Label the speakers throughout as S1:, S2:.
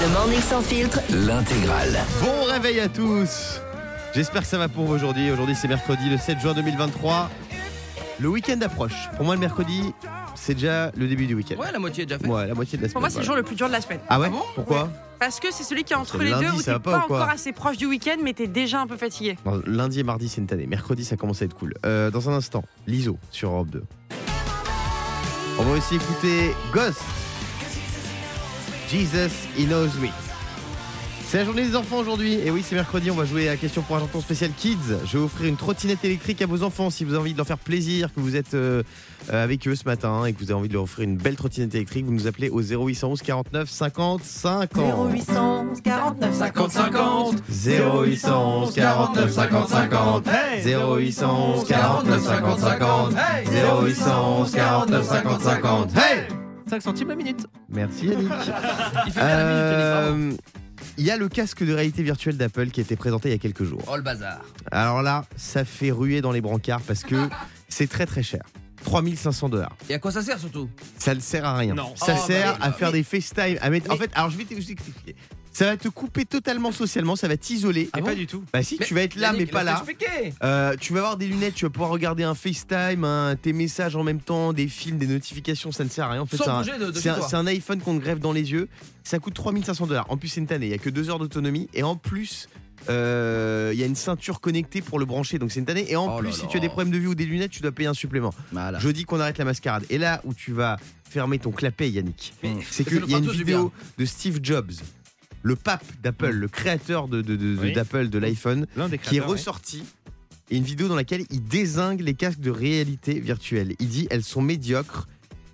S1: Le Morning Sans Filtre,
S2: L'intégrale.
S3: Bon réveil à tous J'espère que ça va pour vous aujourd'hui. Aujourd'hui c'est mercredi le 7 juin 2023. Le week-end approche. Pour moi le mercredi c'est déjà le début du week-end.
S4: Ouais, la moitié est déjà faite.
S3: Ouais, la moitié de la semaine.
S5: Pour moi, c'est le
S3: voilà.
S5: jour le plus dur de la semaine.
S3: Ah ouais
S4: Ah bon
S3: Pourquoi
S5: Parce que c'est celui qui est entre
S3: C'est
S5: les
S3: lundi,
S5: deux où
S3: ça
S5: t'es
S3: va
S5: pas,
S3: pas ou quoi
S5: encore assez proche du week-end, mais t'es déjà un peu fatigué.
S3: Non, Lundi et mardi c'est une tannée. Mercredi ça commence à être cool. Euh, dans un instant, l'ISO sur Europe 2. On va aussi écouter Ghost. Jesus, he knows me. C'est la journée des enfants aujourd'hui. Et oui, c'est mercredi. On va jouer à question pour argenton spécial kids. Je vais offrir une trottinette électrique à vos enfants si vous avez envie de leur faire plaisir, que vous êtes euh, euh, avec eux ce matin et que vous avez envie de leur offrir une belle trottinette électrique. Vous nous appelez au 0811 49 50 50.
S1: 0800 49 50
S4: 50
S3: 0811 49 50 50 0811 49 50 50 0811 49 50 50 Hey
S4: 5 centimes la minute.
S3: Merci Yannick
S4: Il fait bien la minute, Yannick, bravo.
S3: Euh, Il y a le casque de réalité virtuelle d'Apple qui a été présenté il y a quelques jours
S4: Oh le bazar.
S3: Alors là ça fait ruer dans les brancards parce que c'est très très cher 3500 dollars
S4: Et à quoi ça sert surtout
S3: ça ne sert à rien.
S2: Non.
S3: Ça
S4: Oh,
S3: sert
S4: bah oui,
S3: à
S4: bah
S3: faire des FaceTime. À mettre... En
S4: Mais-
S3: fait, alors je vais t'expliquer. Ça va te couper totalement socialement, ça va t'isoler.
S4: Ah
S2: Et
S4: bon
S2: pas du tout.
S3: Bah si, tu vas être là, mais
S4: Yannick,
S3: pas
S4: laisse-le
S3: là.
S4: expliquer.
S3: Euh, tu vas avoir des lunettes, tu vas pouvoir regarder un FaceTime, un- tes messages en même temps, des films, des notifications, ça ne sert à rien. En fait, c'est
S4: Sans
S3: un,
S4: bouger de, de
S3: c'est
S4: chez
S3: un-
S4: toi.
S3: c'est un iPhone qu'on te greffe dans les yeux. Ça coûte 3500 dollars. En plus, c'est une tannée. Il n'y a que deux heures d'autonomie. Et en plus, euh, il y a une ceinture connectée pour le brancher. Donc, c'est une tannée. Et en
S4: Oh
S3: plus,
S4: là
S3: si
S4: là.
S3: tu as des problèmes de vue ou des lunettes, tu dois payer un supplément.
S4: Voilà.
S3: Je dis qu'on arrête la mascarade. Et là où tu vas fermer ton clapet, Yannick,
S4: Mais-
S3: c'est
S4: Ça
S3: qu'il
S4: nous
S3: y a
S4: fera
S3: une
S4: tous du
S3: vidéo de Steve Jobs, le pape d'Apple, le créateur de- de- de- de-
S2: Mm. Oui.
S3: d'Apple, de l'iPhone
S2: L'un des
S3: qui est
S2: créateurs, ouais.
S3: ressorti et une vidéo dans laquelle il désingue les casques de réalité virtuelle. Il dit elles sont médiocres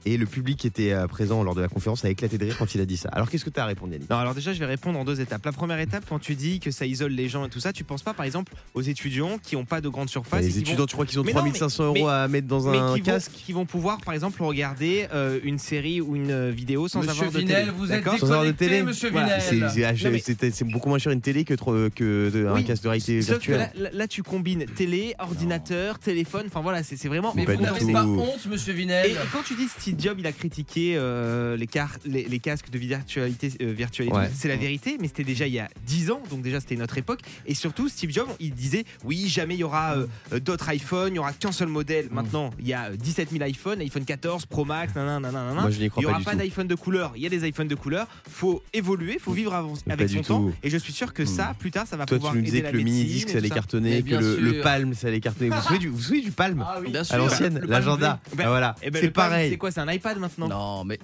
S3: et le public qui était euh, présent lors de la conférence a éclaté de rire quand il a dit ça. Alors qu'est-ce que tu as à répondre Yannick
S2: Non, alors déjà, je vais répondre en deux étapes. La première étape, quand tu dis que ça isole les gens et tout ça, tu penses pas, par exemple, aux étudiants qui n'ont pas de grande surface et
S3: Les
S2: qui vont-
S3: étudiants, tu crois qu'ils ont
S2: Mais non, mais-
S3: 3500 euros
S2: mais-
S3: à mettre dans
S2: mais
S3: un
S2: qui vont,
S3: casque
S2: qui vont pouvoir, par exemple, regarder euh, une série ou une euh, vidéo sans
S4: Monsieur
S2: avoir de
S4: Vinel,
S2: télé.
S4: vous êtes
S2: D'accord
S3: sans avoir de
S4: Connecté,
S3: télé
S4: monsieur
S3: Voilà.
S4: Vinel.
S3: C'est- ah, c'est-
S2: Non, mais-
S3: c'est- C'est beaucoup moins cher une télé que, trop- que de- un
S2: Oui.
S3: casque de réalité
S2: Sauf que là, hein
S3: virtuelle.
S2: là- là, tu combines télé, ordinateur, téléphone, enfin voilà, c'est c'est vraiment.
S4: Mais
S3: Pas
S4: vous
S3: du tout.
S4: n'avez pas honte, monsieur
S2: Et, et
S4: Vinel
S2: quand tu dis Steve Jobs, il a critiqué euh, les, car- les, les casques de virtualité, euh, virtualité,
S3: Ouais.
S2: c'est la vérité, mais c'était déjà il y a 10 ans, donc déjà c'était notre époque. Et surtout, Steve Jobs, il disait oui, jamais il y aura euh, euh, d'autres iPhones, il n'y aura qu'un seul
S3: Mm.
S2: modèle. Maintenant, il y a euh, 17 000 iPhones, iPhone 14, Pro Max, nanana, nanana.
S3: Moi je n'y
S2: Il
S3: crois
S2: n'y
S3: pas
S2: aura
S3: du
S2: pas
S3: tout. Mm.
S2: d'iPhone de couleur, il y a des iPhones de couleur, faut évoluer, faut vivre avant-
S3: Mais
S2: avec
S3: pas du
S2: son temps.
S3: tout. Mm.
S2: Et je suis sûr que ça, plus tard, ça va
S3: Toi tu
S2: pouvoir
S3: nous disais
S2: aider
S3: que
S2: la
S3: le mini
S2: médecine
S3: disque
S2: et
S3: ça allait
S2: tout ça.
S3: cartonner,
S4: Mais
S3: que
S4: bien
S3: le, le
S4: sûr. Ah,
S3: palm ça allait cartonner. Vous vous souvenez du, vous vous souvenez du palm
S4: Bien
S3: à
S4: sûr.
S3: l'ancienne,
S4: Le
S3: l'agenda.
S2: Ben,
S3: Ah, voilà,
S2: Eh ben,
S3: c'est
S2: le problème,
S3: pareil.
S2: C'est quoi, c'est un iPad maintenant
S4: Non, mais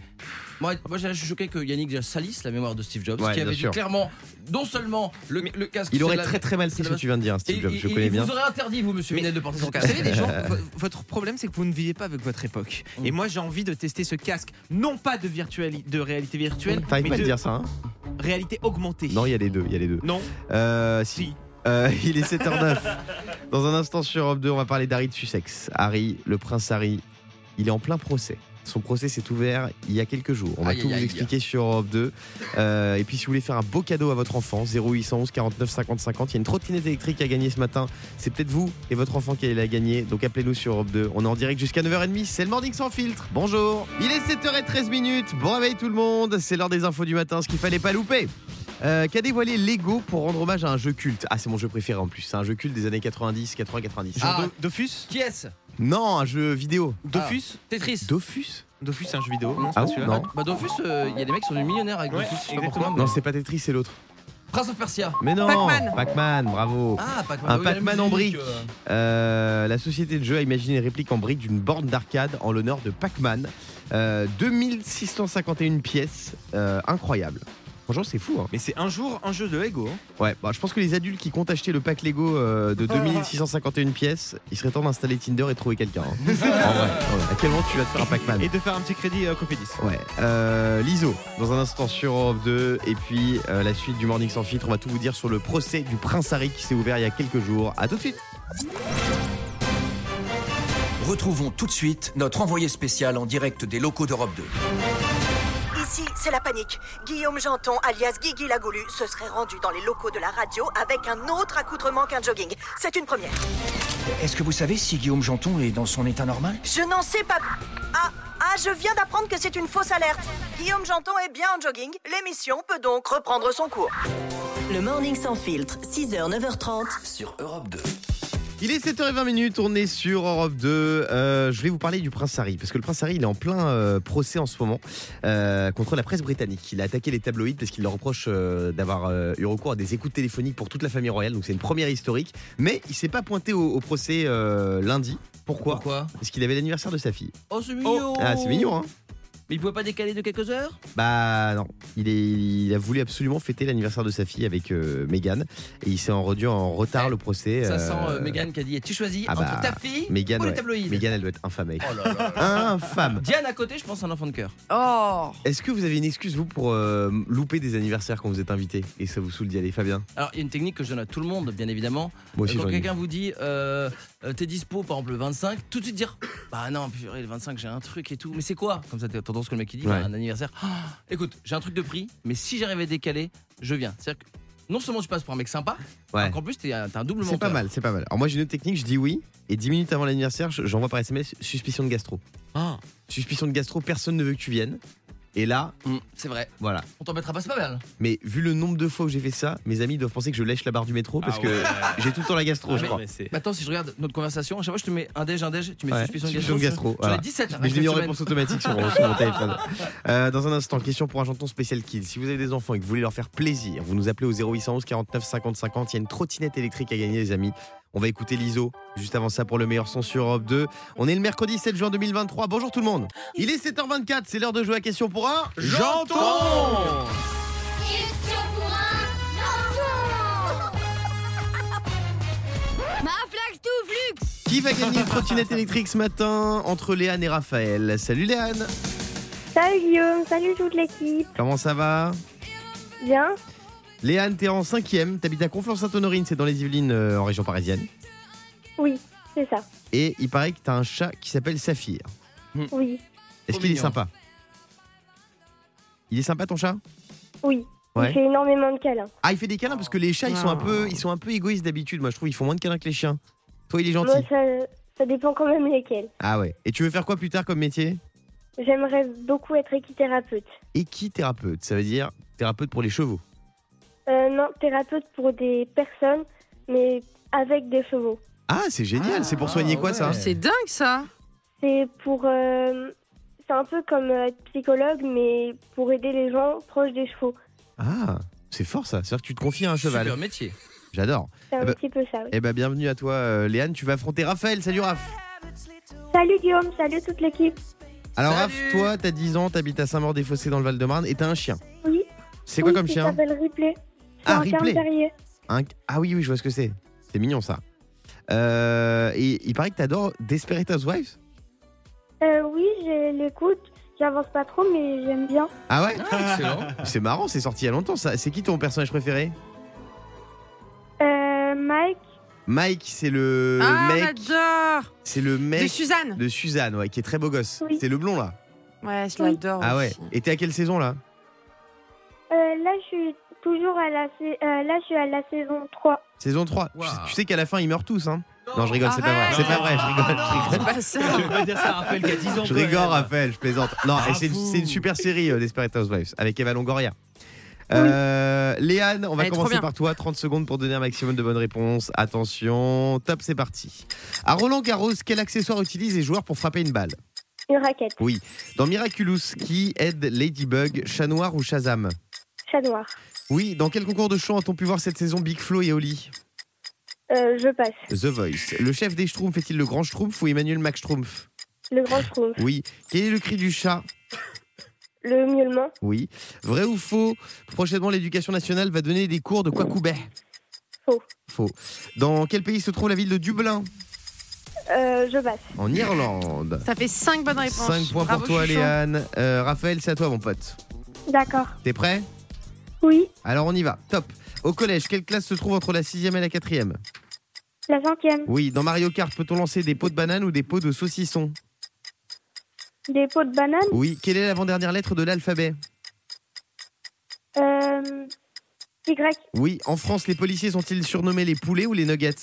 S4: moi, moi je suis choqué que Yannick déjà salisse la mémoire de Steve Jobs,
S3: Ouais,
S4: qui
S3: bien
S4: avait dit
S3: sûr.
S4: clairement, non seulement le, le casque.
S3: Il
S4: c'est
S3: aurait
S4: la-
S3: très très mal
S4: c'est
S3: pris
S4: la
S3: ce que tu viens de dire,
S4: Et-
S3: Steve Jobs.
S4: et-
S3: Je
S4: et
S3: connais
S4: il
S3: bien.
S4: Vous aurait interdit, vous, monsieur
S2: Mais-
S4: Vinel, de porter son
S2: Vous
S4: casque.
S2: savez, les gens, vo- votre problème, c'est que vous ne vivez pas avec votre époque.
S4: Mm.
S2: Et moi, j'ai envie de tester ce casque, non pas de, virtuali- de réalité virtuelle,
S3: T'arrives
S2: mais
S3: pas à
S2: de
S3: dire ça, hein
S2: réalité augmentée.
S3: Non, il y a les deux, il y a les deux.
S2: Non.
S3: Euh, si. Euh, il est 7h09. Dans un instant sur Europe 2, on va parler d'Harry de Sussex. Harry, le prince Harry, il est en plein procès. Son procès s'est ouvert il y a quelques jours. On va
S4: Aïe,
S3: tout
S4: aïe,
S3: vous
S4: aïe.
S3: expliquer sur Europe 2. Euh, et puis si vous voulez faire un beau cadeau à votre enfant, 0811 49 50 50, il y a une trottinette électrique à gagner ce matin. C'est peut-être vous et votre enfant qui allez la gagner. Donc appelez-nous sur Europe 2. On est en direct jusqu'à 9h30. C'est le Morning sans filtre. Bonjour. Il est 7h13 minutes. Bon réveil tout le monde. C'est l'heure des infos du matin, ce qu'il fallait pas louper. Euh, qu'a dévoilé Lego pour rendre hommage à un jeu culte. Ah, c'est mon jeu préféré en plus. C'est un jeu culte des années 90, 80, 90.
S4: Ah.
S2: Do- Dofus
S4: Qui est-ce
S3: Non, un jeu vidéo.
S2: Ah.
S3: Ah.
S2: Dofus
S4: Tetris.
S3: Dofus
S2: Dofus, c'est un jeu vidéo. Non, c'est
S3: Ah
S2: pas
S3: bon,
S2: celui-là.
S3: non.
S4: Bah, Dofus, il y a des mecs qui sont des millionnaires avec
S2: Ouais,
S4: Dofus. je sais pas
S2: exactement.
S4: pourquoi,
S3: Non, c'est pas Tetris, c'est l'autre.
S4: mais- Prince of Persia.
S3: Mais non,
S5: Pac-Man.
S3: Pac-Man, bravo.
S4: Ah, Pac-Man.
S3: Un
S4: oui, il y a la
S3: Pac-Man en
S4: musique,
S3: brique.
S4: euh.
S3: Euh, la société de jeu a imaginé une réplique en brique d'une borne d'arcade en l'honneur de Pac-Man. Euh, 2651 pièces, euh, incroyable. Franchement, c'est fou. hein.
S2: Mais c'est un jour un jeu de Lego. hein.
S3: Ouais, bah, je pense que les adultes qui comptent acheter le pack Lego euh, de 2651 pièces, il serait temps d'installer Tinder et de trouver quelqu'un. hein. En vrai, ouais. à quel moment tu vas te faire un Pac-Man
S2: Et de faire un petit crédit euh, Cofidis.
S3: Ouais, euh, l'ISO dans un instant sur Europe 2 et puis euh, la suite du Morning sans filtre. On va tout vous dire sur le procès du prince Harry qui s'est ouvert il y a quelques jours. À tout de suite.
S6: Retrouvons tout de suite notre envoyé spécial en direct des locaux d'Europe 2.
S7: Ici, c'est la panique. Guillaume Janton, alias Guigui Lagoulu, se serait rendu dans les locaux de la radio avec un autre accoutrement qu'un jogging. C'est une première.
S6: Est-ce que vous savez si Guillaume Janton est dans son état normal
S7: Je n'en sais pas. Ah, ah, je viens d'apprendre que c'est une fausse alerte. Guillaume Janton est bien en jogging. L'émission peut donc reprendre son cours.
S1: Le morning sans filtre, 6h, 9h30.
S6: Sur Europe 2.
S3: Il est 7h20 minutes, on est sur Europe 2. Euh, je vais vous parler du prince Harry, parce que le prince Harry, il est en plein euh, procès en ce moment euh, contre la presse britannique. Il a attaqué les tabloïds parce qu'il leur reproche euh, d'avoir euh, eu recours à des écoutes téléphoniques pour toute la famille royale, donc c'est une première historique. Mais il s'est pas pointé au, au procès euh, lundi. Pourquoi,
S4: Pourquoi
S3: Parce qu'il avait l'anniversaire de sa fille.
S4: Oh, c'est mignon
S3: Ah, c'est mignon, hein
S4: Mais il pouvait pas décaler de quelques heures
S3: Bah non, il, est, il a voulu absolument fêter l'anniversaire de sa fille avec euh, Meghan et il s'est en réduit en retard
S4: Eh,
S3: le procès.
S4: Ça
S3: euh,
S4: sent euh, Mégane qui a dit Tu choisis
S3: ah bah,
S4: entre ta fille
S3: Meghan,
S4: ou
S3: ouais.
S4: les tabloïds
S3: Meghan, elle doit être infâme. avec.
S4: Oh là là.
S3: Infâme.
S4: Diane à côté, je pense, un enfant de cœur.
S5: Oh
S3: Est-ce que vous avez une excuse, vous, pour euh, louper des anniversaires quand vous êtes invité Et ça vous saoule d'y aller, Fabien
S4: Alors, il y a une technique que je donne à tout le monde, bien évidemment.
S3: Moi aussi,
S4: quand
S3: j'en ai.
S4: quelqu'un vous dit euh, euh, T'es dispo, par exemple, le 25, tout de suite dire Bah non, purée, le 25, j'ai un truc et tout. Mais c'est quoi Comme ça, t'as tendance que le mec qui dit
S3: Ouais.
S4: bah, Un anniversaire. Ah, écoute, j'ai un truc de prix, mais si j'arrive à décaler, je viens. C'est-à-dire que non seulement tu passes pour un mec sympa,
S3: Ouais.
S4: encore plus, t'es un, t'es un double
S3: C'est
S4: menteur.
S3: pas mal, c'est pas mal. Alors, moi, j'ai une autre technique, je dis oui, et 10 minutes avant l'anniversaire, je- j'envoie par SMS suspicion de gastro.
S4: Ah.
S3: Suspicion de gastro, personne ne veut que tu viennes. Et là,
S4: Hum, c'est vrai.
S3: voilà.
S4: On t'embêtera pas, c'est pas mal.
S3: Mais vu le nombre de fois où j'ai fait ça, mes amis doivent penser que je lèche la barre du métro parce
S2: Ah
S4: Ah
S3: que j'ai tout le temps la gastro, je crois. Mais,
S4: Maintenant, si je regarde notre conversation, à chaque fois, je te mets un déj, un déj, tu mets
S3: Ouais,
S4: suspicion de
S3: suspicion
S4: gastro.
S3: de gastro,
S4: J'en ai
S3: voilà.
S4: 17 là,
S3: je
S4: Ah, bah, cette
S3: l'ai mis en
S4: semaine.
S3: réponse automatique sur, mon- sur mon téléphone. Euh, dans un instant, question pour un janton spécial kids. Si vous avez des enfants et que vous voulez leur faire plaisir, vous nous appelez au 0811 49 50 50. Il y a une trottinette électrique à gagner, les amis. On va écouter l'ISO juste avant ça pour le meilleur son sur Europe 2. On est le mercredi 7 juin 2023. Bonjour tout le monde. Il est 7h24, c'est l'heure de jouer à question pour un janton.
S8: Ma flax tout flux
S3: Qui va gagner une trottinette électrique ce matin entre Léane et Raphaël Salut Léane,
S9: Salut Guillaume, salut toute l'équipe.
S3: comment ça va
S9: Bien
S3: Léane, t'es en 5ème, t'habites à Conflans-Sainte-Honorine, c'est dans les Yvelines euh, en région parisienne.
S9: Oui, c'est ça.
S3: Et il paraît que t'as un chat qui s'appelle Saphir.
S9: Oui,
S3: Est-ce
S4: Trop
S3: qu'il est
S4: mignon.
S3: sympa Il est sympa ton chat
S9: oui.
S3: Ouais.
S9: Il fait énormément de câlins.
S3: Ah, il fait des câlins parce que les chats ils sont un peu, ils sont un peu égoïstes d'habitude. Moi, je trouve ils font moins de câlins que les chiens. Toi, il est
S9: Moi,
S3: gentil.
S9: ça, ça dépend quand même lesquels.
S3: Ah ouais. Et tu veux faire quoi plus tard comme métier
S9: J'aimerais beaucoup être équithérapeute.
S3: Équithérapeute, ça veut dire thérapeute pour les chevaux.
S9: Euh, non, thérapeute pour des personnes, mais avec des chevaux.
S3: Ah, c'est génial. c'est pour soigner quoi ça
S5: C'est dingue ça
S9: C'est pour. euh, c'est un peu comme euh, être psychologue, mais pour aider les gens proches des chevaux.
S3: Ah, c'est fort ça. C'est-à-dire que tu te confies à un
S4: Super
S3: cheval.
S4: métier.
S3: J'adore.
S9: C'est un
S3: Ah bah-
S9: petit peu ça, oui.
S3: Eh ben, bienvenue à toi, euh, Léane. Tu vas affronter Raphaël. Salut Raph.
S9: Salut Guillaume, salut toute l'équipe.
S3: Alors
S4: Salut.
S3: Raph, toi, t'as 10 ans, t'habites à Saint-Maur-des-Fossés dans le Val-de-Marne et t'as un chien.
S9: Oui.
S3: C'est quoi
S9: Oui,
S3: comme
S9: il
S3: chien
S9: s'appelle Ripley. C'est
S3: Ah,
S9: un terme
S3: Ripley.
S9: terrier.
S3: Un- Ah oui, oui, je vois ce que c'est. C'est mignon ça. Euh, et il paraît que t'adores Desperate Housewives
S9: Euh, oui, je l'écoute. J'avance pas trop, mais j'aime bien.
S3: Ah ouais
S4: Excellent.
S3: C'est marrant, c'est sorti il y a longtemps ça. C'est qui ton personnage préféré
S9: Euh, Mike,
S3: Mike, c'est le
S5: Ah,
S3: Euh, mec.
S5: j'adore
S3: C'est le
S5: De
S3: mec
S5: Suzanne
S3: de Suzanne, ouais, qui est très beau gosse.
S9: Oui.
S3: C'est le blond là.
S5: Ouais, je
S9: Oui.
S5: l'adore
S3: Ah ouais.
S5: aussi.
S3: Et t'es à quelle saison là
S9: euh, là je suis toujours à la, sais- euh, là, je suis à la saison 3.
S3: Saison 3. Tu
S4: Wow.
S3: sais- Tu, sais qu'à la fin ils meurent tous, hein Non, je rigole, c'est pas vrai.
S5: Arrête.
S3: C'est pas vrai, je rigole. je rigole.
S5: C'est pas ça
S2: Je vais pas dire ça à Raphaël qui a 10 ans.
S3: Je
S2: quand même.
S3: rigole, Raphaël, je plaisante. Non, et c'est une,
S2: fou.
S3: c'est une super série, euh, Desperate Housewives, avec Eva Longoria. Euh, Léane, on va
S5: Elle est trop
S3: commencer
S5: bien.
S3: par toi. 30 secondes pour donner un maximum de bonnes réponses. Attention, top, c'est parti. À Roland Garros, quel accessoire utilisent les joueurs pour frapper une balle
S9: Une raquette,
S3: Dans Miraculous, qui aide Ladybug, Chat Noir ou Shazam
S9: chat noir.
S3: Oui, dans quel concours de chant a-t-on pu voir cette saison Big Flo et Oli
S9: Euh, je passe.
S3: The Voice. Le chef des Schtroumpfs est-il le grand Schtroumpf ou Emmanuel Max Schtroumpf
S9: Le grand trouve.
S3: Oui. Quel est le cri du chat
S9: Le miaulement.
S3: Oui. Vrai ou faux Prochainement, l'éducation nationale va donner des cours de Kwakoubet.
S9: Faux.
S3: Faux. Dans quel pays se trouve la ville de Dublin
S9: Euh, je passe.
S3: En Irlande.
S5: Ça fait 5 bonnes réponses.
S3: 5 points
S5: Bravo,
S3: pour toi,
S5: je suis
S3: Léane. Euh, Raphaël, c'est à toi, mon pote.
S9: D'accord.
S3: T'es prêt
S9: Oui,
S3: Alors, on y va. Top. Au collège, quelle classe se trouve entre la 6e et la 4e
S9: la cinquième.
S3: Oui. Dans Mario Kart, peut-on lancer des pots de banane ou des pots de saucisson
S9: Des pots de banane.
S3: Oui. Quelle est l'avant-dernière lettre de l'alphabet
S9: Euh, y.
S3: Oui. En France, les policiers sont-ils surnommés les poulets ou les nuggets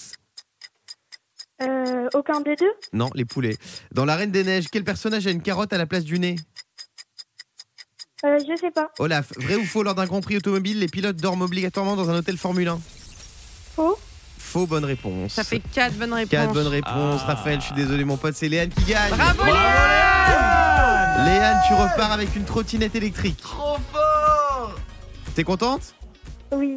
S9: Euh, aucun des deux
S3: Non, les poulets. Dans La Reine des Neiges, quel personnage a une carotte à la place du nez
S9: euh, Je sais pas.
S3: Olaf, vrai ou faux, lors d'un Grand Prix automobile, les pilotes dorment obligatoirement dans un hôtel Formule 1
S9: Faux.
S3: Faux, bonne réponse.
S5: Ça fait 4 bonnes réponses.
S3: 4 bonnes réponses.
S2: Ah.
S3: Raphaël, je suis désolé, mon pote, c'est Léane qui gagne.
S5: Bravo, Léa
S3: Léane, tu repars avec une trottinette électrique.
S4: Trop fort
S3: T'es contente
S9: Oui.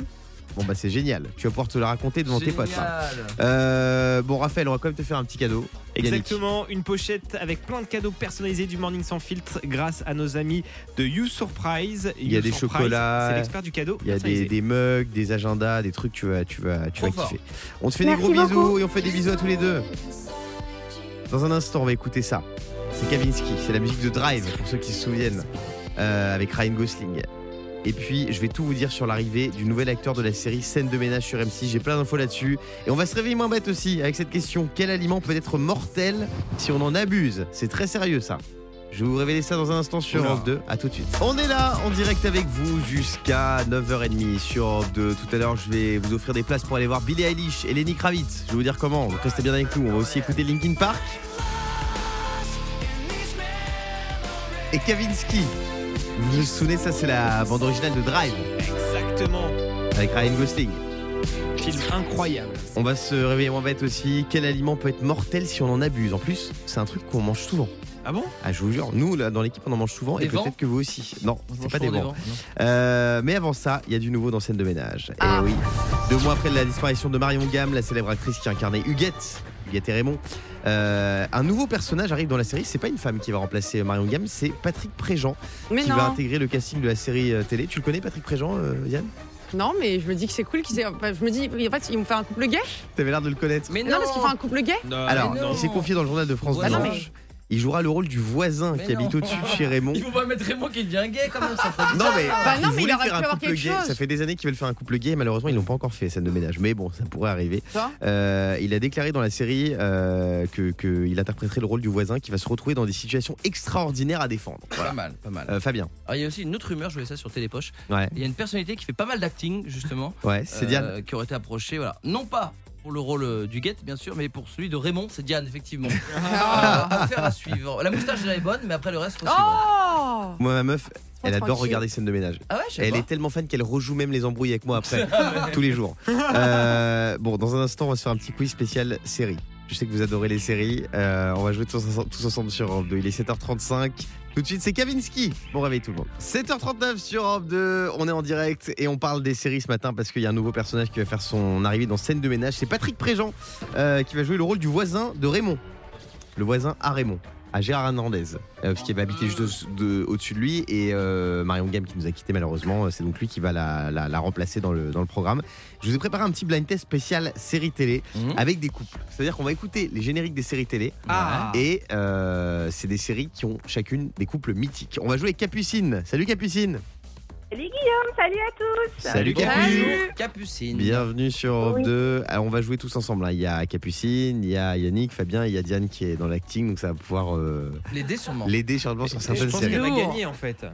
S3: Bon, bah, c'est génial. Tu vas pouvoir te la raconter devant tes potes. là. Euh, bon, Raphaël, on va quand même te faire un petit cadeau. Yannick.
S2: Exactement, une pochette avec plein de cadeaux personnalisés du Morning Sans Filtre grâce à nos amis de You Surprise.
S3: Il y a
S2: You
S3: des
S2: Surprise,
S3: chocolats,
S2: C'est l'expert du cadeau.
S3: Il y a des,
S2: personnalisé.
S3: des mugs, des agendas, des trucs, tu vas, tu vas, tu vas
S4: Trop fort.
S3: kiffer. On te fait
S9: Merci
S3: des gros bisous
S9: beaucoup.
S3: et on fait des bisous à tous les deux. Dans un instant, on va écouter ça. C'est Kavinsky, c'est la musique de Drive, pour ceux qui se souviennent, euh, avec Ryan Gosling. Et puis, je vais tout vous dire sur l'arrivée du nouvel acteur de la série Scène de ménage sur M6. J'ai plein d'infos là-dessus. Et on va se réveiller moins bête aussi avec cette question quel aliment peut être mortel si on en abuse C'est très sérieux ça. Je vais vous révéler ça dans un instant sur
S2: Oula.
S3: Europe 2. À tout de suite. On est là en direct avec vous jusqu'à 9h30 sur Europe 2. Tout à l'heure, je vais vous offrir des places pour aller voir Billie Eilish et Lenny Kravitz. Je vais vous dire comment. Donc restez bien avec nous. On va aussi écouter Linkin Park. Et Kavinsky. Vous vous souvenez, ça c'est la bande originale de Drive
S2: Exactement,
S3: avec Ryan Gosling.
S2: film incroyable.
S3: On va se réveiller moins bête aussi. Quel aliment peut être mortel si on en abuse En plus, c'est un truc qu'on mange souvent.
S2: Ah bon
S3: Ah, je vous jure, nous là, dans l'équipe on en mange souvent et
S4: Des vents
S3: peut-être que vous aussi. Non, c'est pas des
S4: des
S3: bons. mais avant ça, il y a du nouveau dans scène de ménage.
S5: Ah.
S3: Et oui, deux mois après la disparition de Marion Gamme, la célèbre actrice qui incarnait Huguette, Huguette et Raymond, euh, un nouveau personnage arrive dans la série. C'est pas une femme qui va remplacer Marion Gamme, c'est Patrick Préjean
S5: Mais
S3: qui va
S5: non.
S3: intégrer le casting de la série euh, télé. Tu le connais, Patrick Préjean, euh, Yann
S5: Non, mais je me dis que c'est cool qu'ils aient. enfin, Je me dis, en fait, ils vont faire un couple gay.
S3: T'avais l'air de le connaître.
S4: Mais
S5: Non,
S4: non,
S5: parce qu'ils font un couple gay.
S2: Non,
S3: Alors,
S4: mais
S2: non.
S3: il s'est confié dans le journal de France
S4: Ouais,
S5: non,
S3: Dimanche. Il jouera le rôle du voisin
S4: Mais
S3: qui habite
S4: non.
S3: au-dessus de chez Raymond.
S4: Il faut pas mettre Raymond qui devient gay quand même, ça fait
S3: Non mais,
S5: Bah non,
S3: ils
S5: mais il
S3: voulaient
S5: aurait
S3: faire
S5: pu
S3: un
S5: avoir
S3: couple
S5: quelque
S3: gay.
S5: chose.
S3: Ça fait des années qu'ils veulent faire un couple gay. Malheureusement, ils l'ont pas encore fait scène de ménage. Mais bon, ça pourrait arriver.
S5: Ça
S3: Euh, il a déclaré dans la série euh, que qu'il interpréterait le rôle du voisin qui va se retrouver dans des situations extraordinaires à défendre.
S4: Pas mal, pas mal.
S3: Euh, Fabien.
S4: Alors, il y a aussi une autre rumeur, je voyais ça sur Télépoche.
S3: Ouais.
S4: Il y a une personnalité qui fait pas mal d'acting, justement.
S3: Ouais, c'est
S4: euh,
S3: Diane.
S4: Qui aurait été approchée, voilà. Non pas pour le rôle euh, du guette, bien sûr, mais pour celui de Raymond, c'est Diane, effectivement.
S5: Ah.
S4: Euh, affaire à suivre. La moustache, elle est bonne, mais après le reste, faut suivre.
S5: Oh
S3: Moi, ma meuf, elle adore
S5: tranquille.
S3: regarder scène de ménage.
S4: Ah ouais, je sais
S3: Oh. Elle
S4: pas.
S3: est tellement fan qu'elle rejoue même les embrouilles avec moi après, tous les jours. Euh, bon, dans un instant, on va se faire un petit quiz spécial série. Je sais que vous adorez les séries. Euh, on va jouer tous ensemble, tous ensemble sur Europe 2. Il est 7h35. Tout de suite, c'est Kavinsky. Bon réveil tout le monde. 7h39 sur Europe 2. On est en direct et on parle des séries ce matin parce qu'il y a un nouveau personnage qui va faire son arrivée dans scène de ménage. C'est Patrick Préjean euh, qui va jouer le rôle du voisin de Raymond. Le voisin à Raymond. À Gérard Hernandez, euh, parce qu'il va habiter juste au- de- au-dessus de lui. Et euh, Marion Gamme, qui nous a quitté malheureusement, euh, c'est donc lui qui va la, la- la remplacer dans le, dans le programme. Je vous ai préparé un petit blind test spécial série télé
S4: Mhm.
S3: avec des couples. C'est-à-dire qu'on va écouter les génériques des séries télé.
S2: Ah.
S3: Et euh, c'est des séries qui ont chacune des couples mythiques. On va jouer avec Capucine. Salut Capucine.
S9: Salut Guillaume, salut à tous.
S3: Salut
S5: Capu.
S4: Capucine.
S3: Bienvenue sur Europe
S9: Oui.
S3: 2. Alors, on va jouer tous ensemble. hein. Il y a Capucine, il y a Yannick, Fabien, il y a Diane qui est dans l'acting, donc ça va pouvoir euh,
S4: L'aider sûrement.
S3: l'aider sûrement sur
S2: Je
S3: certaines
S2: pense
S3: séries.
S2: qu'elle va
S5: Lourd.
S2: gagner en fait.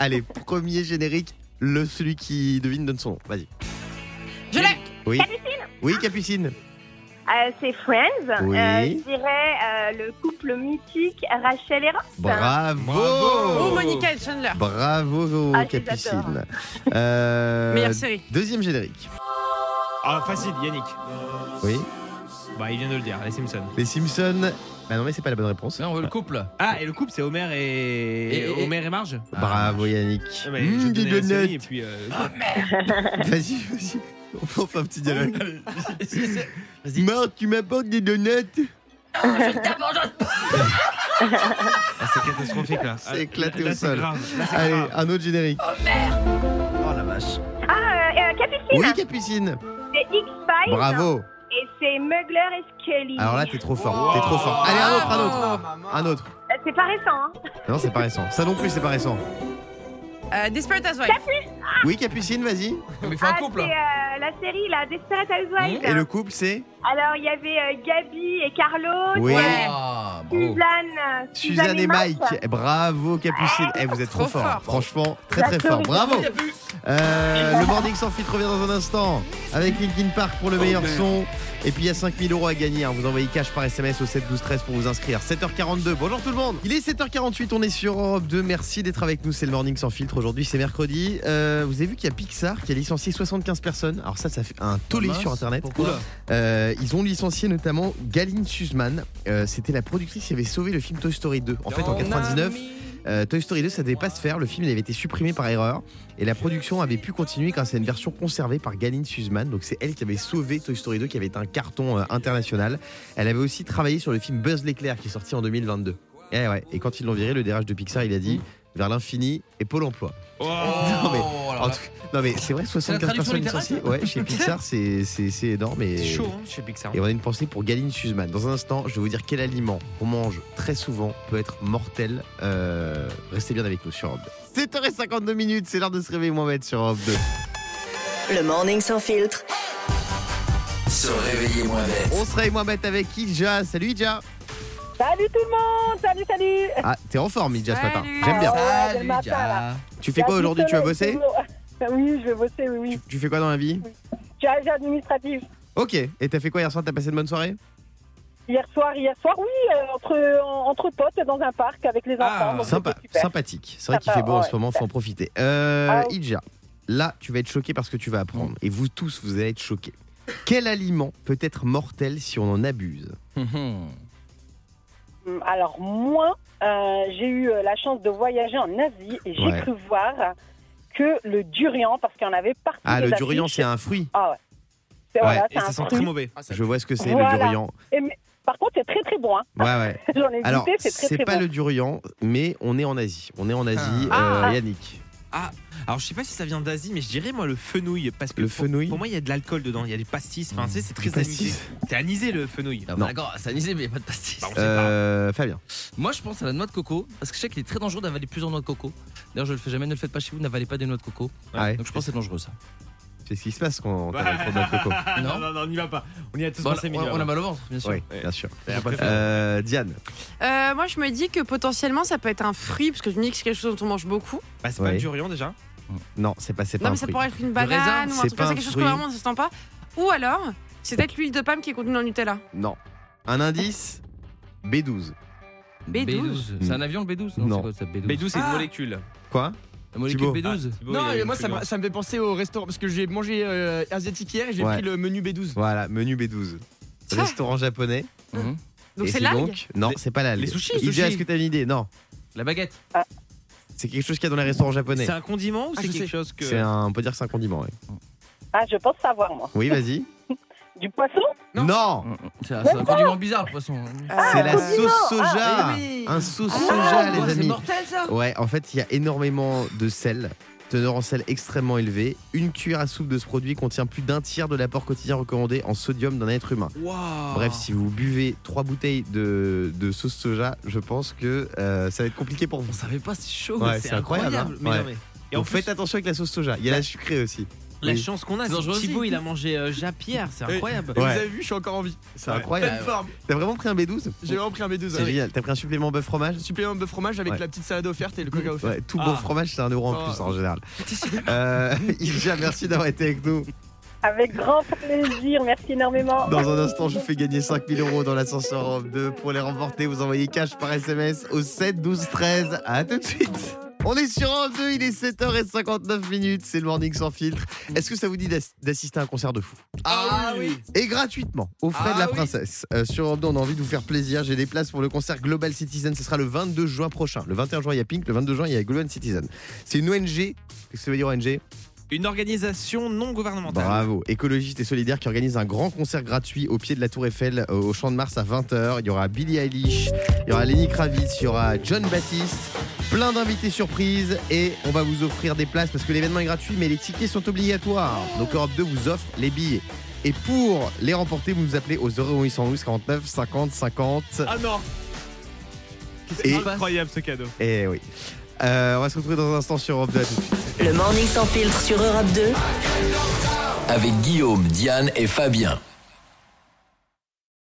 S3: Allez, premier générique, le celui qui devine donne son nom. Vas-y.
S5: Je l'ai
S3: Oui. Oui, Capucine.
S9: Euh, c'est Friends.
S3: Oui.
S9: Euh, je dirais euh, le couple mythique Rachel et Ross.
S2: Bravo.
S3: Bravo.
S5: Oh, Monica et Chandler.
S3: Bravo,
S9: Ah, je les
S3: Capucine. Euh,
S5: Meilleure série.
S3: deuxième générique.
S2: Ah, facile, Yannick.
S3: Oui.
S2: Bah, il vient de le dire, les Simpsons.
S3: Les Simpsons. Bah non, mais c'est pas la bonne réponse.
S4: Non, on veut le couple.
S2: Ah, et le couple, c'est Homer et...
S4: Et- et-
S2: Homer et Marge
S3: Bravo, Yannick.
S2: Ah, mais je
S3: Mmh, des
S2: donnais la
S3: donuts. Ah,
S2: série et puis, euh,
S3: Vas-y, vas-y. On fait un petit dialogue.
S2: Oh,
S4: Vas-y.
S3: Marc, tu m'apportes des donuts
S2: ah, c'est catastrophique là.
S3: C'est éclaté
S2: là,
S3: au
S2: là,
S3: sol.
S2: C'est grave. Là, c'est
S3: Allez,
S2: grave.
S3: un autre générique.
S4: Oh la vache.
S9: Ah, euh, euh, Capucine.
S3: Oui, Capucine.
S9: C'est X-Files.
S3: Bravo.
S9: Et c'est Mugler et Scully.
S3: Alors là, t'es trop fort. T'es trop fort. Allez, un autre, un autre. Un autre.
S9: Euh, c'est pas récent. Hein.
S3: Non, c'est pas récent. Ça non plus, c'est pas récent.
S5: Euh, Desperate Housewives.
S3: Oui, Capucine, vas-y.
S4: Mais il faut un
S9: ah,
S4: couple.
S9: c'est euh, la série, la Desperate Housewives.
S3: Et le couple, c'est
S9: Alors, il y avait euh, Gabi et Carlos. euh,
S3: Oui. Oh.
S5: Ouais.
S4: Ah, bravo.
S9: Suzanne,
S3: Suzanne et Mike, bravo Capucine. Eh, vous êtes trop,
S5: Trop
S3: forts.
S5: fort.
S3: franchement, très très
S9: D'accord.
S3: fort. Bravo. Euh, le Morning sans filtre revient dans un instant avec Linkin Park pour le meilleur son. Et puis il y a 5000 euros à gagner. hein. Vous envoyez cash par SMS au 7 12 13 pour vous inscrire. 7h42. Bonjour tout le monde. Il est 7h48. On est sur Europe 2. Merci d'être avec nous. C'est le Morning sans filtre. Aujourd'hui, c'est mercredi. Euh, vous avez vu qu'il y a Pixar qui a licencié 75 personnes. Alors ça, ça fait un tollé
S4: Ah Mince,
S3: sur Internet.
S4: Pourquoi
S3: Euh, ils ont licencié notamment Galine Suzman. Euh, C'était la productrice qui avait sauvé le film Toy Story 2. En fait,
S4: Oh,
S3: en 99, euh, Toy Story 2, ça devait pas se faire. Le film il avait été supprimé par erreur. Et la production avait pu continuer grâce à une version conservée par Galine Suzman. Donc, c'est elle qui avait sauvé Toy Story 2, qui avait été un carton euh, international. Elle avait aussi travaillé sur le film Buzz l'éclair, qui est sorti en 2022. Et, Eh ouais. et quand ils l'ont viré, le DRH de Pixar, il a
S4: Mm.
S3: dit vers l'infini et Pôle emploi. Non, mais-
S4: Oh, alors
S3: En
S4: là.
S3: tout- non, mais c'est vrai,
S4: la
S3: 75
S4: traduction
S3: personnes
S4: littérale,
S3: licenciées ouais, chez Pixar, c'est c'est- c'est énorme. Et...
S2: C'est chaud, hein, chez Pixar.
S3: Et on a une pensée pour Galine Suzman. Dans un instant, je vais vous dire quel aliment on mange très souvent peut être mortel. Euh, restez bien avec nous sur Europe 2. 7h52 minutes, c'est l'heure de se réveiller Mohamed sur Europe 2.
S1: Le morning sans filtre.
S6: Se réveiller moins bête.
S3: On se réveille Mohamed avec Ija. Salut Ija.
S8: Salut tout le monde, salut, salut.
S3: Ah, t'es en forme Ija ce matin.
S5: Salut.
S3: J'aime bien.
S8: Ah ouais, dès
S4: Salut,
S8: le matin,
S4: gars.
S8: là.
S3: Tu fais quoi
S8: Salut,
S3: aujourd'hui Tu vas
S8: soleil,
S3: bosser
S8: c'est beau. Oui, je vais bosser, oui, oui.
S3: tu, tu fais quoi dans la vie
S8: Tu as administratif.
S3: Ok. Et t'as fait quoi hier soir T'as passé une bonne soirée
S8: Oh, Hier soir, hier soir, oui, euh, entre, en- entre potes dans un parc avec les
S2: Ah,
S8: enfants. donc
S3: Sympa,
S8: c'était super.
S3: sympathique. C'est vrai qu'il
S8: Sympa,
S3: fait beau en
S8: ouais.
S3: ce moment, faut en profiter. Euh,
S8: Ah oui.
S3: Idja, là, tu vas être choqué parce que tu vas apprendre. Et vous tous, vous allez être choqués. Quel aliment peut être mortel si on en abuse
S4: Hum,
S8: Hum, Alors, moi, euh, j'ai eu euh, la chance de voyager en Asie et j'ai
S3: Ouais.
S8: cru voir que le durian, parce qu'il y en avait partout.
S3: Ah, le durian, c'est un fruit.
S8: Ah ouais. C'est voilà,
S3: Ouais,
S8: c'est
S2: Et ça
S8: un
S2: sent
S8: fruit.
S2: très mauvais.
S10: Ah,
S3: Je vois ce que c'est,
S8: Voilà.
S3: le durian.
S8: Par contre, c'est très très bon. hein.
S3: Ouais, ouais.
S8: J'en ai
S3: Alors,
S8: goûté, c'est très
S3: c'est
S8: très
S3: pas
S8: bon.
S3: le durian, mais on est en Asie. On est en Asie,
S5: Ah.
S3: euh, Yannick.
S2: Alors je sais pas si ça vient d'Asie, mais je dirais moi le fenouil parce que
S3: Le
S2: pour,
S3: fenouil
S2: pour moi il y a de l'alcool dedans, il y a du pastis. Enfin, tu sais, c'est
S3: Du
S2: très anisé.
S3: pastis.
S2: C'est anisé le fenouil.
S4: Non,
S3: Non.
S4: Ah, D'accord, ça anisé, mais il n'y a pas de pastis.
S2: Bah, on sait
S3: Euh, Fabien.
S4: Moi, je pense à la noix de coco, parce que je sais qu'il est très dangereux d'avaler plusieurs noix de coco. D'ailleurs, je le fais jamais, ne le faites pas chez vous, n'avalez pas des noix de coco.
S2: Ouais.
S3: Ah ouais.
S4: Donc, je pense que c'est dangereux ça.
S3: C'est ce qui se passe quand on
S2: pas.
S3: t'avale trop de noix de coco.
S2: Ah,
S4: Non.
S2: non, non, non, on y va pas. On y a tous
S4: Bon,
S2: pensé,
S4: on,
S2: Emilio,
S4: on a
S2: avant.
S4: mal au ventre, bien sûr.
S3: Oui, bien sûr.
S2: Après,
S3: Euh, Diane.
S5: Euh, moi, je me dis que potentiellement, ça peut être un fruit, parce que je me dis que c'est quelque chose dont on mange beaucoup.
S2: bah, c'est pas
S3: Ouais.
S2: le durian déjà.
S3: Non, c'est pas, c'est pas
S5: Non,
S3: un
S5: mais ça
S3: fruit.
S5: pourrait être une
S4: raisin,
S5: banane ou un
S3: c'est
S5: truc
S3: pas
S5: comme ça,
S3: un
S5: quelque chose que
S3: fruit.
S5: vraiment on s'attend pas. Ou alors, c'est peut-être l'huile de palme qui est contenue dans le Nutella.
S3: Non. Un indice B12.
S5: B12.
S4: C'est un avion le B12
S3: Hmm. Non.
S4: c'est quoi, ça, B12.
S2: B12 c'est une
S10: Ah.
S2: molécule.
S3: Quoi
S4: La molécule
S3: Thibaut.
S4: B12
S2: Thibaut,
S10: Non,
S2: il y a
S10: et
S2: une
S10: moi ça,
S2: couleur.
S10: me- ça me fait penser au restaurant parce que j'ai mangé euh, asiatique hier et j'ai
S3: Ouais.
S10: pris le menu B12.
S3: Voilà, menu B12.
S5: Ça.
S3: Restaurant japonais.
S4: Mhm.
S5: Donc
S3: Et
S5: c'est l'algue
S3: donc- Non, c'est pas l'algue.
S2: les sushis,
S3: Lydia,
S2: sushis.
S3: est-ce que t'as une idée Non,
S4: La baguette.
S3: c'est quelque chose qu'il y a dans les restaurants japonais.
S2: C'est un condiment ou
S10: Ah,
S2: c'est
S10: je
S2: quelque
S10: sais.
S2: chose que.
S3: C'est un, on peut dire que c'est un condiment. ouais.
S8: Ah, je pense savoir, moi.
S3: Oui, vas-y.
S8: Du poisson
S3: non,
S4: C'est un c'est un condiment bizarre, le poisson.
S5: Ah,
S3: c'est
S5: Euh,
S3: la
S8: condiment.
S3: sauce soja.
S8: Ah,
S3: Un sauce
S4: Ah,
S3: soja,
S4: ouais,
S3: les
S4: C'est
S3: amis.
S4: mortel ça
S3: Ouais, en fait, il y a énormément de sel, teneur en sel extrêmement élevée. Une cuillère à soupe de ce produit contient plus d'un tiers de l'apport quotidien recommandé en sodium d'un être humain.
S2: Waouh.
S3: Bref, si vous buvez trois bouteilles de, de sauce soja, je pense que euh, ça va être compliqué pour vous.
S4: On savait pas, c'est chaud.
S3: Ouais, c'est incroyable. hein.
S2: Mais
S3: Ouais.
S2: non, mais- Et en
S3: Donc
S2: fait,
S3: faites attention avec la sauce soja. Il y a la sucrée aussi.
S2: la
S3: oui.
S2: chance qu'on
S4: C'est
S2: a, c'est que
S4: dangereux
S2: Thibaut
S4: aussi.
S2: il a mangé euh, Japierre, c'est incroyable. Bah
S10: Et
S3: Ouais.
S10: Vous avez vu, je suis encore en vie.
S3: C'est
S2: Ouais.
S3: incroyable.
S10: Pleine forme.
S3: T'as vraiment pris un B12
S10: J'ai vraiment pris un B12.
S3: C'est
S10: ouais.
S3: génial. T'as pris un supplément bœuf fromage
S10: Supplément de fromage avec
S3: Ouais.
S10: la petite salade offerte et le coca offert.
S3: Ouais, tout
S2: Ah.
S3: bon fromage, c'est un euro en
S10: Ah.
S3: plus en général. Euh, Ilja, merci d'avoir été avec nous.
S8: Avec grand plaisir, merci énormément.
S3: Dans un instant, je vous fais gagner 5000 euros dans l'ascenseur Europe 2. Pour les remporter, vous envoyez cash par SMS au 7 12 13. À tout de suite. On est sur Europe 2, il est 7h59 minutes. C'est le morning sans filtre. Est-ce que ça vous dit d'ass- d'assister à un concert de fou
S10: Ah oui.
S3: Et gratuitement, aux frais
S10: Ah
S3: de la
S10: oui.
S3: princesse. Euh, sur Europe 2, on a envie de vous faire plaisir. J'ai des places pour le concert Global Citizen. Ce sera le 22 juin prochain. Le 21 juin, il y a Pink. Le 22 juin, il y a Global Citizen. C'est une ONG. Qu'est-ce que ça veut dire ONG
S2: Une organisation non gouvernementale.
S3: Bravo, écologiste et solidaire qui organise un grand concert gratuit au pied de la Tour Eiffel euh, au Champ de Mars à 20h. Il y aura Billie Eilish, il y aura Lenny Kravitz, il y aura John Baptiste, plein d'invités surprises et on va vous offrir des places parce que l'événement est gratuit mais les tickets sont obligatoires. Donc Europe 2 vous offre les billets. Et pour les remporter, vous nous appelez au 0812 49 50 50.
S2: Ah non
S3: Et-
S2: C'est incroyable ce cadeau.
S3: Et Eh oui. Euh, on va se retrouver dans un instant sur Europe 2 à tout de suite.
S1: Le morning sans filtre sur Europe 2.
S6: Avec Guillaume, Diane et Fabien.